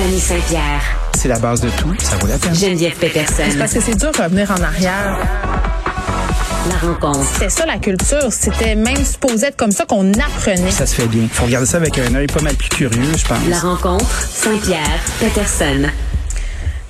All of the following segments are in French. Annie Saint-Pierre, C'est la base de tout. Ça vaut la peine. Geneviève C'est Peterson. parce que c'est dur de revenir en arrière. La rencontre. C'était ça la culture. C'était même supposé être comme ça qu'on apprenait. Ça se fait bien. Faut regarder ça avec un œil pas mal plus curieux, je pense. La rencontre. Saint-Pierre, Peterson.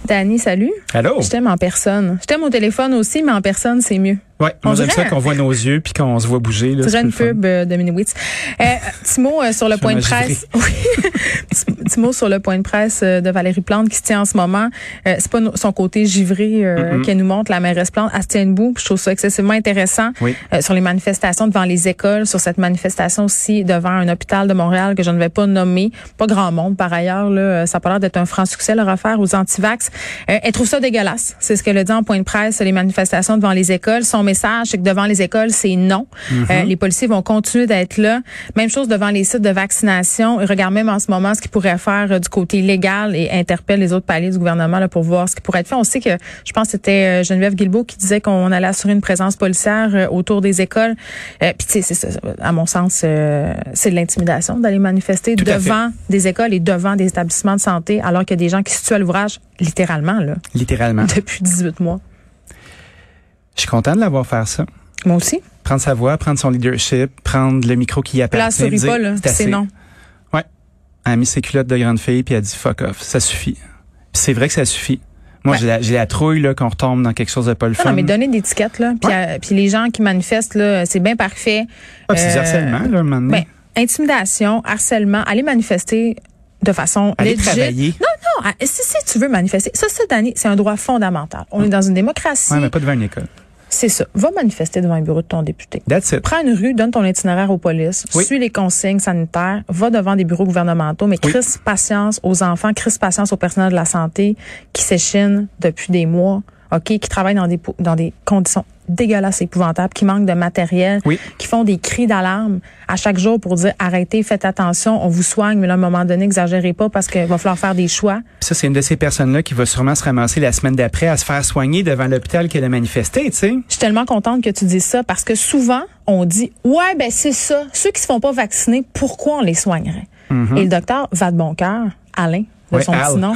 Dani, salut. Allô? Je t'aime en personne. Je t'aime au téléphone aussi, mais en personne, c'est mieux. Ouais, On moi j'aime dirait ça un- qu'on voit nos yeux puis qu'on se voit bouger. Là, Tu c'est dirais une plus le pub euh, de Minowitz. Euh, petit mot euh, sur le Sur point de ma presse. Oui. petit, petit mot sur le point de presse euh, de Valérie Plante qui se tient en ce moment. Euh, c'est pas no- son côté givré euh, qu'elle nous montre, la mairesse Plante. Elle se tient debout. puis Je trouve ça excessivement intéressant Oui. Euh, sur les manifestations devant les écoles, sur cette manifestation aussi devant un hôpital de Montréal que je ne vais pas nommer. Pas grand monde par ailleurs. Là, Euh, ça a pas l'air d'être un franc succès leur affaire aux antivax. Euh, elle trouve ça dégueulasse. C'est ce qu'elle a dit en point de presse, les manifestations devant les écoles. Son message, c'est que devant les écoles, c'est non. Euh, les policiers vont continuer d'être là. Même chose devant les sites de vaccination. Ils regardent même en ce moment ce qu'ils pourraient faire euh, du côté légal et interpellent les autres paliers du gouvernement là, pour voir ce qui pourrait être fait. On sait que, je pense que c'était euh, Geneviève Guilbeault qui disait qu'on allait assurer une présence policière euh, autour des écoles. Euh, Puis, tu sais, c'est ça, à mon sens, euh, c'est de l'intimidation d'aller manifester Tout à fait. devant des écoles et devant des établissements de santé alors qu'il y a des gens qui se tuent à l'ouvrage, littéralement, là, fun. Littéralement. depuis 18 mois. Je suis content de l'avoir faire ça. Moi aussi. Prendre sa voix, prendre son leadership, prendre le micro qui y Place appartient. sur dire, pas, là. C'est assez. non. Elle a mis ses culottes de grande fille puis elle a dit fuck off, ça suffit. Puis c'est vrai que ça suffit. Moi Ouais. Ah, j'ai la, j'ai la trouille là qu'on retombe dans quelque chose de pas le Non, fun. non, mais donner des étiquettes, là. Puis, euh, puis les gens qui manifestent, là, c'est bien parfait. Ah, puis c'est du Euh, harcèlement là, un moment donné. Ben, intimidation, harcèlement, aller manifester de façon Aller légitime. travailler. Non, non, ah, si, si tu veux manifester, ça, ça, Dani, c'est un droit fondamental. On est dans une démocratie. Ouais, mais pas devant une école. C'est ça. Va manifester devant le bureau de ton député. That's it. Prends une rue, donne ton itinéraire aux polices, Oui. suis les consignes sanitaires, va devant des bureaux gouvernementaux, mais Oui. crise patience aux enfants, crise patience au personnel de la santé qui s'échinent depuis des mois, OK, qui travaillent dans des, po- dans des conditions dégueulasses, épouvantables, qui manquent de matériel, Oui. qui font des cris d'alarme à chaque jour pour dire arrêtez, faites attention, on vous soigne, mais là, à un moment donné, n'exagérez pas parce qu'il va falloir faire des choix. Puis ça c'est une de ces personnes là qui va sûrement se ramasser la semaine d'après à se faire soigner devant l'hôpital qu'elle a manifesté, tu sais. Je suis tellement contente que tu dises ça parce que souvent, on dit Ouais, ben c'est ça. Ceux qui se font pas vacciner, pourquoi on les soignerait? Et le docteur va de bon cœur, Alain, de Ouais, son Mm-hmm. Al. petit nom,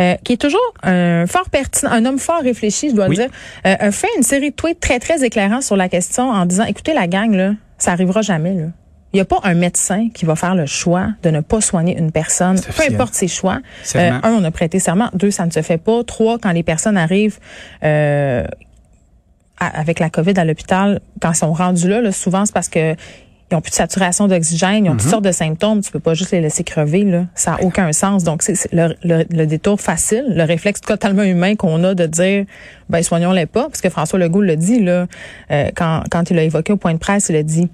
euh, qui est toujours un fort pertinent, un homme fort réfléchi, je dois Oui. le dire, euh, a fait une série de tweets très, très éclairants sur la question en disant Écoutez, la gang, là, ça arrivera jamais, là. Il n'y a pas un médecin qui va faire le choix de ne pas soigner une personne, C'est peu officiel. importe ses choix. Euh, Serment. un, on a prêté serment. Deux, ça ne se fait pas. Trois, quand les personnes arrivent euh, à- avec la COVID à l'hôpital, quand ils sont rendus là, là, souvent c'est parce que ils ont plus de saturation d'oxygène, ils ont toutes sortes de symptômes, tu peux pas juste les laisser crever là, ça a aucun sens. Donc c'est c'est le, le- le détour facile, le réflexe totalement humain qu'on a de dire ben soignons-les pas parce que François Legault le dit là euh, quand quand il l'a évoqué au point de presse, il a dit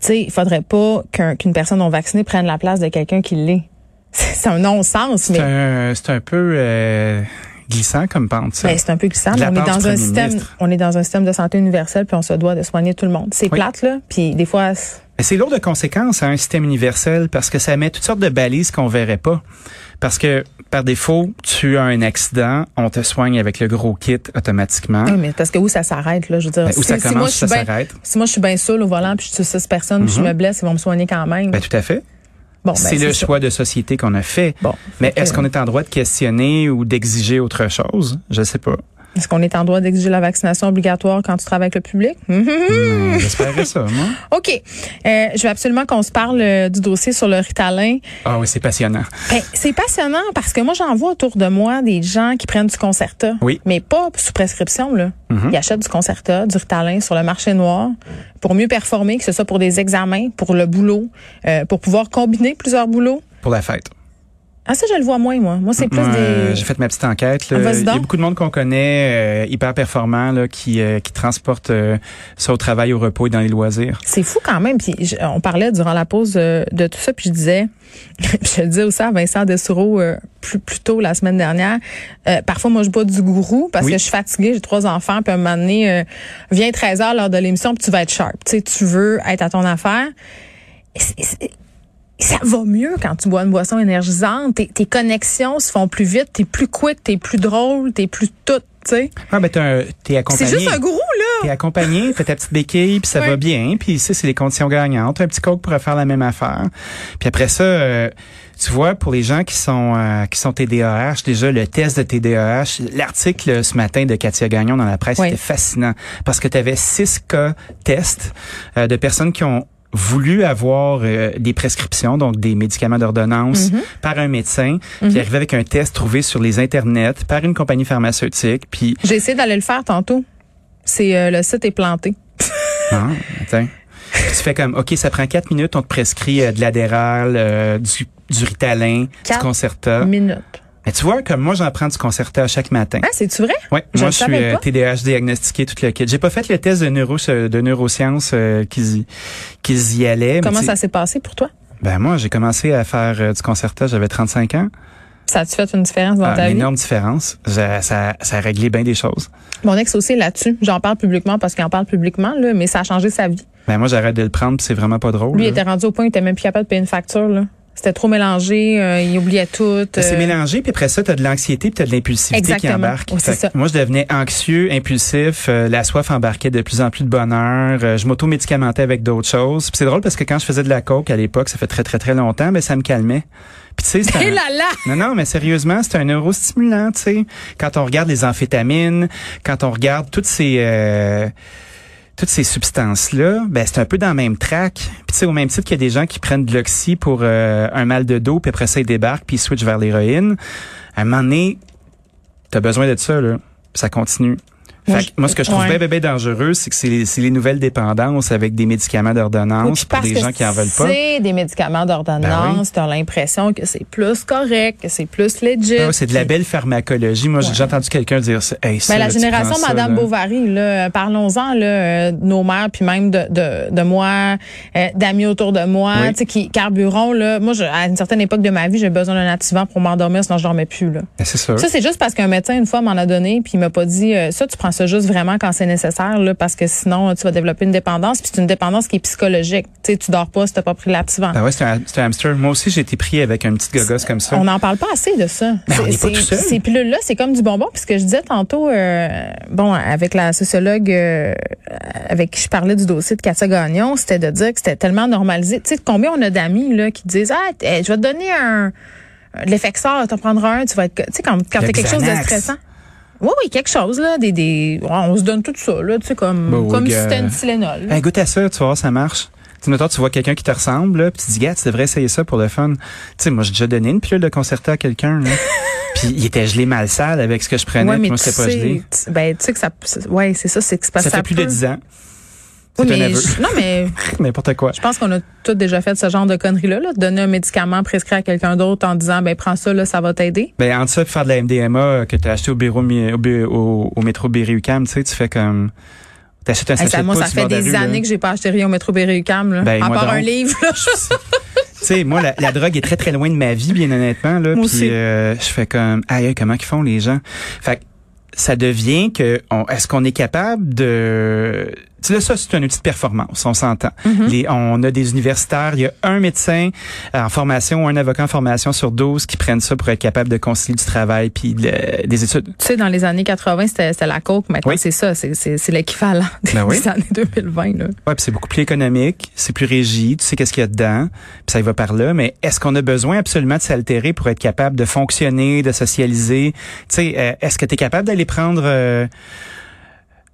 tu sais, il faudrait pas qu'un- qu'une personne non vaccinée prenne la place de quelqu'un qui l'est. C'est un non-sens mais C'est un, c'est un peu euh, glissant comme pente. ça. ben, c'est un peu glissant. De mais la on est part du dans un premier système, ministre. on est dans un système de santé universel, puis on se doit de soigner tout le monde. C'est Oui. plate là, puis des fois. c'est- Mais c'est lourd de conséquences à un système universel parce que ça met toutes sortes de balises qu'on verrait pas. Parce que par défaut, tu as un accident, on te soigne avec le gros kit automatiquement. Oui, mais parce que où ça s'arrête là, je veux dire. Ben, où ça commence, moi, je suis ça ben- s'arrête. Mhm. Si moi je suis bien seule au volant, puis je tue six personnes, puis je me blesse, ils vont me soigner quand même. Ben, tout à fait. bon, ben, c'est le ça. choix de société qu'on a fait. Bon, Mais fait est-ce que- qu'on est en droit de questionner ou d'exiger autre chose? Je sais pas. Est-ce qu'on est en droit d'exiger la vaccination obligatoire quand tu travailles avec le public Hum, hum, hum. Hum, J'espérais ça, moi. Ok, Euh, je veux absolument qu'on se parle euh, du dossier sur le Ritalin. Ah oui, c'est passionnant. Ben, c'est passionnant parce que moi, j'en vois autour de moi des gens qui prennent du Concerta. Oui. Mais pas sous prescription, là. Ils achètent du Concerta, du Ritalin sur le marché noir pour mieux performer, que ce soit pour des examens, pour le boulot, euh, pour pouvoir combiner plusieurs boulots. Pour la fête. Ah, ça, je le vois moins, moi. Moi, c'est plus Moi, euh, des... J'ai fait ma petite enquête. là. Ah, vas-y Il y a donc. beaucoup de monde qu'on connaît, euh, hyper performant, là, qui, euh, qui transporte euh, ça au travail, au repos et dans les loisirs. C'est fou quand même. Puis je- on parlait durant la pause euh, de tout ça, puis je disais, puis je le disais aussi à Vincent Dessoureau euh, plus, plus tôt la semaine dernière, euh, parfois moi je bois du gourou parce Oui. que je suis fatiguée, j'ai trois enfants, puis à un moment donné, euh, vient 13h lors de l'émission, puis tu vas être sharp. Tu sais, tu veux être à ton affaire. C'est- c'est- ça va mieux quand tu bois une boisson énergisante. Tes, tes connexions se font plus vite, t'es plus quick, t'es plus drôle, t'es plus tout, tu sais. Ah, ben, t'es un- t'es C'est accompagné. juste un gourou, là. t'es accompagné, t'as ta petite béquille, puis ça Oui. va bien, puis ça, c'est les conditions gagnantes. Un petit coke pourrait faire la même affaire. Puis après ça, euh, tu vois, pour les gens qui sont euh, qui sont TDAH, déjà le test de TDAH, l'article ce matin de Katia Gagnon dans la presse Oui. était fascinant parce que tu avais six cas tests euh, de personnes qui ont voulu avoir euh, des prescriptions, donc des médicaments d'ordonnance par un médecin, qui arrivait avec un test trouvé sur les internets par une compagnie pharmaceutique, puis J'ai essayé d'aller le faire tantôt. C'est euh, le site est planté. Ah, attends. Puis tu fais comme, OK, ça prend quatre minutes, on te prescrit euh, de l'Adderall, euh, du, du Ritalin, Quatre du Concerta. Minute. Mais tu vois, comme moi, j'en prends du Concerta chaque matin. Ah, c'est-tu vrai? Ouais, je moi le je suis savais euh, pas. TDAH diagnostiqué tout le kit. J'ai pas fait le test de neuro de neurosciences euh, qu'ils y- qu'ils y allaient. mais Comment tu- ça s'est passé pour toi? Ben moi, j'ai commencé à faire euh, du Concerta, j'avais 35 ans. Ça a-tu fait une différence dans Ah, ta une vie? énorme différence. Ça, ça, ça a réglé bien des choses. Mon ex aussi est là-dessus. J'en parle publiquement parce qu'il en parle publiquement, là, mais ça a changé sa vie. Ben moi, j'arrête de le prendre, puis c'est vraiment pas drôle. Lui, il là. était rendu au point où il était même plus capable de payer une facture. Là. C'était trop mélangé, euh, il oubliait tout. C'est euh, mélangé, puis après ça, t'as de l'anxiété, puis t'as de l'impulsivité Exactement. qui embarque. Oui, c'est Fait que ça. Moi, je devenais anxieux, impulsif, euh, la soif embarquait de plus en plus de bonheur, euh, je m'auto-médicamentais avec d'autres choses. Puis c'est drôle parce que quand je faisais de la coke à l'époque, ça fait très très très longtemps, mais ça me calmait. Puis tu sais, c'est Et un- là là! non, non, mais sérieusement, c'est un neurostimulant, tu sais. Quand on regarde les amphétamines, quand on regarde toutes ces... euh, toutes ces substances-là, ben c'est un peu dans le même track. Puis tu sais, au même titre qu'il y a des gens qui prennent de l'oxy pour euh, un mal de dos, puis après ça, ils débarquent, puis ils switchent vers l'héroïne. À un moment donné, t'as besoin de ça, là. Puis Ça continue. Fait Moi, que je- moi, ce que je trouve ouais. bien, bien, bien dangereux, c'est que c'est les, c'est les nouvelles dépendances avec des médicaments Ou d'ordonnance puis pour parce des que gens qui en veulent pas. C'est des médicaments d'ordonnance, Ben oui. t'as l'impression que c'est plus correct, que c'est plus legit. Ah ouais, c'est de la belle pharmacologie. Moi, j'ai déjà entendu quelqu'un dire ça. Hey, ça, Ben, la là, tu génération prends ça, Madame là. Bovary, là, euh, parlons-en, là, euh, de nos mères, puis même de, de, de moi, euh, d'amis autour de moi, Oui. tu sais, qui carburons, là. Moi, je- à une certaine époque de ma vie, j'ai besoin d'un activant pour m'endormir, sinon je dormais plus, là. Ben, C'est sûr. Ça, c'est juste parce qu'un médecin, une fois, m'en a donné, puis il m'a pas dit, euh, ça, tu prends ça juste vraiment quand c'est nécessaire, là, parce que sinon, euh, tu vas développer une dépendance, puis c'est une dépendance qui est psychologique. Tu sais, tu dors pas si t'as pas pris l'activant. Ben ouais, c'est un, c'est un hamster. Moi aussi, j'ai été pris avec un petit gogosse comme ça. On n'en parle pas assez de ça. Ben, on C'est- n'est pas c'est- tout seul. Ces pilules-là, c'est comme du bonbon. Puis ce que je disais tantôt, euh, bon, avec la sociologue euh, avec qui je parlais du dossier de Katia Gagnon, c'était de dire que c'était tellement normalisé. Tu sais, combien on a d'amis là qui disent, ah, t- eh, je vais te donner un, un- de l'effexor, t'en prendras un, tu vas être, tu sais, quand, quand Le t'as quelque chose de Xanax. stressant. Oui, oui, quelque chose, là, des, des, on se donne tout ça, là, tu sais, comme, Bon, comme si gars. c'était une Tylenol. Ben, goûte à ça, tu vois, ça marche. Tu sais, mettons, tu vois quelqu'un qui te ressemble, là, puis tu te dis, gars, tu devrais essayer ça pour le fun. Tu sais, moi, j'ai déjà donné une pilule de concerta à quelqu'un, là. puis il était gelé mal sale avec ce que je prenais, Ouais, puis mais moi, tu c'était pas sais, gelé. tu- ben, tu sais que ça, ouais, c'est ça, c'est que c'est parce Ça que fait plus de peut- 10 ans. Oui, C'est un mais aveu. je- non, mais N'importe quoi. Je pense qu'on a tous déjà fait ce genre de conneries-là, là, de donner un médicament prescrit à quelqu'un d'autre en disant, ben prends ça, là, ça va t'aider. Ben, entre ça et faire de la MDMA euh, que t'as acheté au bureau, mi- au, bu- au- au métro Berry-UQAM, tu sais, tu fais comme, t'achètes un Hey, sachet ça, de moi, poudre ça sur le bord fait de la des rue, là. années que j'ai pas acheté rien au métro Berry-UQAM, là. Ben, à moi part donc. un livre, là. Tu sais, moi, la, la drogue est très, très loin de ma vie, bien honnêtement. Là, Moi puis, aussi. euh, je fais comme, aïe, aïe, comment ils font les gens? Fait que ça devient que, on- est-ce qu'on est capable de... Tu sais, là, ça, c'est un outil de performance, on s'entend. Mm-hmm. Les- On a des universitaires, il y a un médecin euh, en formation ou un avocat en formation sur 12 qui prennent ça pour être capable de concilier du travail puis de la- des études. tu sais, dans les années 80, c'était c'était la coke. Maintenant, Oui. c'est ça. C'est- C'est c'est l'équivalent des, Ben oui. des années 2020, là. Ouais, puis c'est beaucoup plus économique, c'est plus rigide, tu sais qu'est-ce qu'il y a dedans, puis ça y va par là, mais est-ce qu'on a besoin absolument de s'altérer pour être capable de fonctionner, de socialiser? Tu sais, euh, est-ce que tu es capable d'aller prendre euh,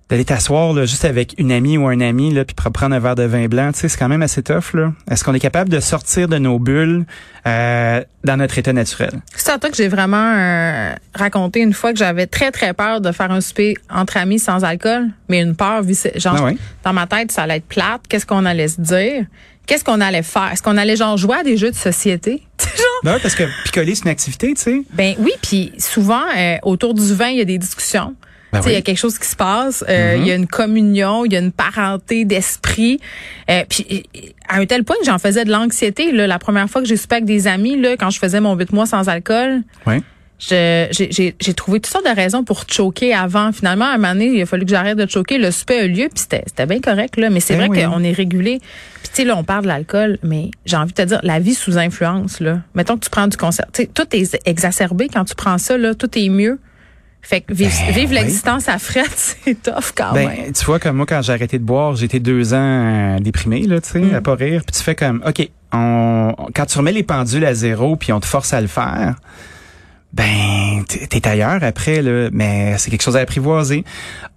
d'aller t'asseoir là, juste avec une amie ou un ami là puis pre- prendre un verre de vin blanc, tu sais, c'est quand même assez tough là. Est-ce qu'on est capable de sortir de nos bulles euh, dans notre état naturel C'est à toi que j'ai vraiment euh, raconté une fois que j'avais très, très peur de faire un souper entre amis sans alcool, mais une peur, vic- genre, Ah ouais? dans ma tête, ça allait être plate. Qu'est-ce qu'on allait se dire? Qu'est-ce qu'on allait faire? Est-ce qu'on allait, genre, jouer à des jeux de société? Tu sais, genre, Non, Ben parce que picoler c'est une activité, tu sais. Ben oui, puis souvent euh, autour du vin, il y a des discussions. Ben Tu sais, Il y a oui. Mm-hmm. quelque chose qui se passe, euh, il y a une communion, il y a une parenté d'esprit. Euh, puis euh, à un tel point que j'en faisais de l'anxiété. Là, la première fois que j'ai soupé avec des amis, là, quand je faisais mon 8 mois sans alcool, Ouais. je- j'ai j'ai- j'ai trouvé toutes sortes de raisons pour choquer avant. Finalement, à un moment donné, il a fallu que j'arrête de choquer. Le souper a eu lieu, puis c'était c'était bien correct. Là. Mais c'est Ben vrai oui. qu'on est régulé. Puis tu sais, là, on parle de l'alcool, mais j'ai envie de te dire, la vie sous influence, là. Mettons que tu prends du concert. tu sais, Tout est exacerbé quand tu prends ça, là. Tout est mieux. Fait que vivre, Ben, vivre oui. l'existence à fret, c'est tough quand même. Ben, tu vois, comme moi, quand j'ai arrêté de boire, j'étais deux ans euh, déprimé, là, tu sais, Mm. à pas rire. Puis tu fais comme, OK, on, on- quand tu remets les pendules à zéro, puis on te force à le faire, ben, t'es t'es ailleurs après, là. Mais c'est quelque chose à apprivoiser.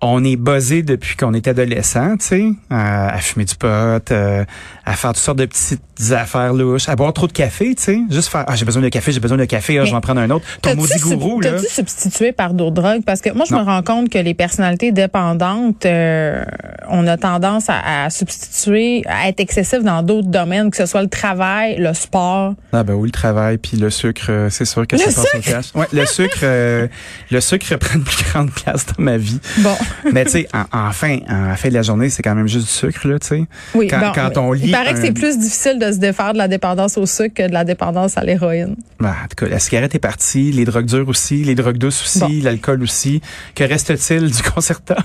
On est buzzé depuis qu'on est adolescent, tu sais, euh, à, à fumer du pot, euh, à faire toutes sortes de petites affaires louches, à boire trop de café, tu sais. Juste faire, ah, j'ai besoin de café, j'ai besoin de café, ah, je vais en prendre un autre. Ton T'as-tu maudit sub- gourou, là. T'as-tu substitué par d'autres drogues? Parce que moi, je Non. me rends compte que les personnalités dépendantes, euh, on a tendance à, à substituer, à être excessif dans d'autres domaines, que ce soit le travail, le sport. Ah ben oui, le travail puis le sucre, euh, c'est sûr que Le ça passe au cash. Ouais, le sucre, euh, le sucre prend une plus grande place dans ma vie. Bon. Mais tu sais, en, en fin, en la fin de la journée, c'est quand même juste du sucre là, tu sais. Oui, quand, bon, quand mais on lit, Il paraît que un- c'est plus difficile de se défaire de la dépendance au sucre que de la dépendance à l'héroïne. Ben, en tout cas, la cigarette est partie, les drogues dures aussi, les drogues douces aussi, Bon. l'alcool aussi. Que reste-t-il du concertant?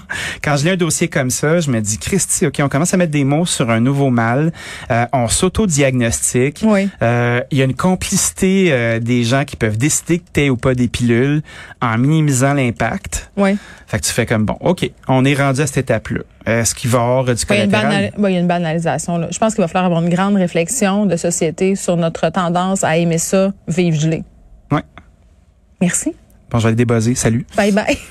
Quand je lis un dossier comme ça, je me dis, Christy, OK, on commence à mettre des mots sur un nouveau mal. Euh, on s'auto-diagnostique. Oui. Euh, Il y a une complicité euh, des gens qui peuvent décider que t'es ou pas des pilules en minimisant l'impact. Oui. Fait que tu fais comme, bon, OK, on est rendu à cette étape-là. Est-ce qu'il va y avoir euh, du Ouais, Il y, a une collatéral? banali- ouais, il y a une banalisation. Là. Je pense qu'il va falloir avoir une grande réflexion de société sur notre tendance à aimer ça, vivre gelé. Ouais. Merci. Bon, je vais aller débuzzer. Salut. Bye bye.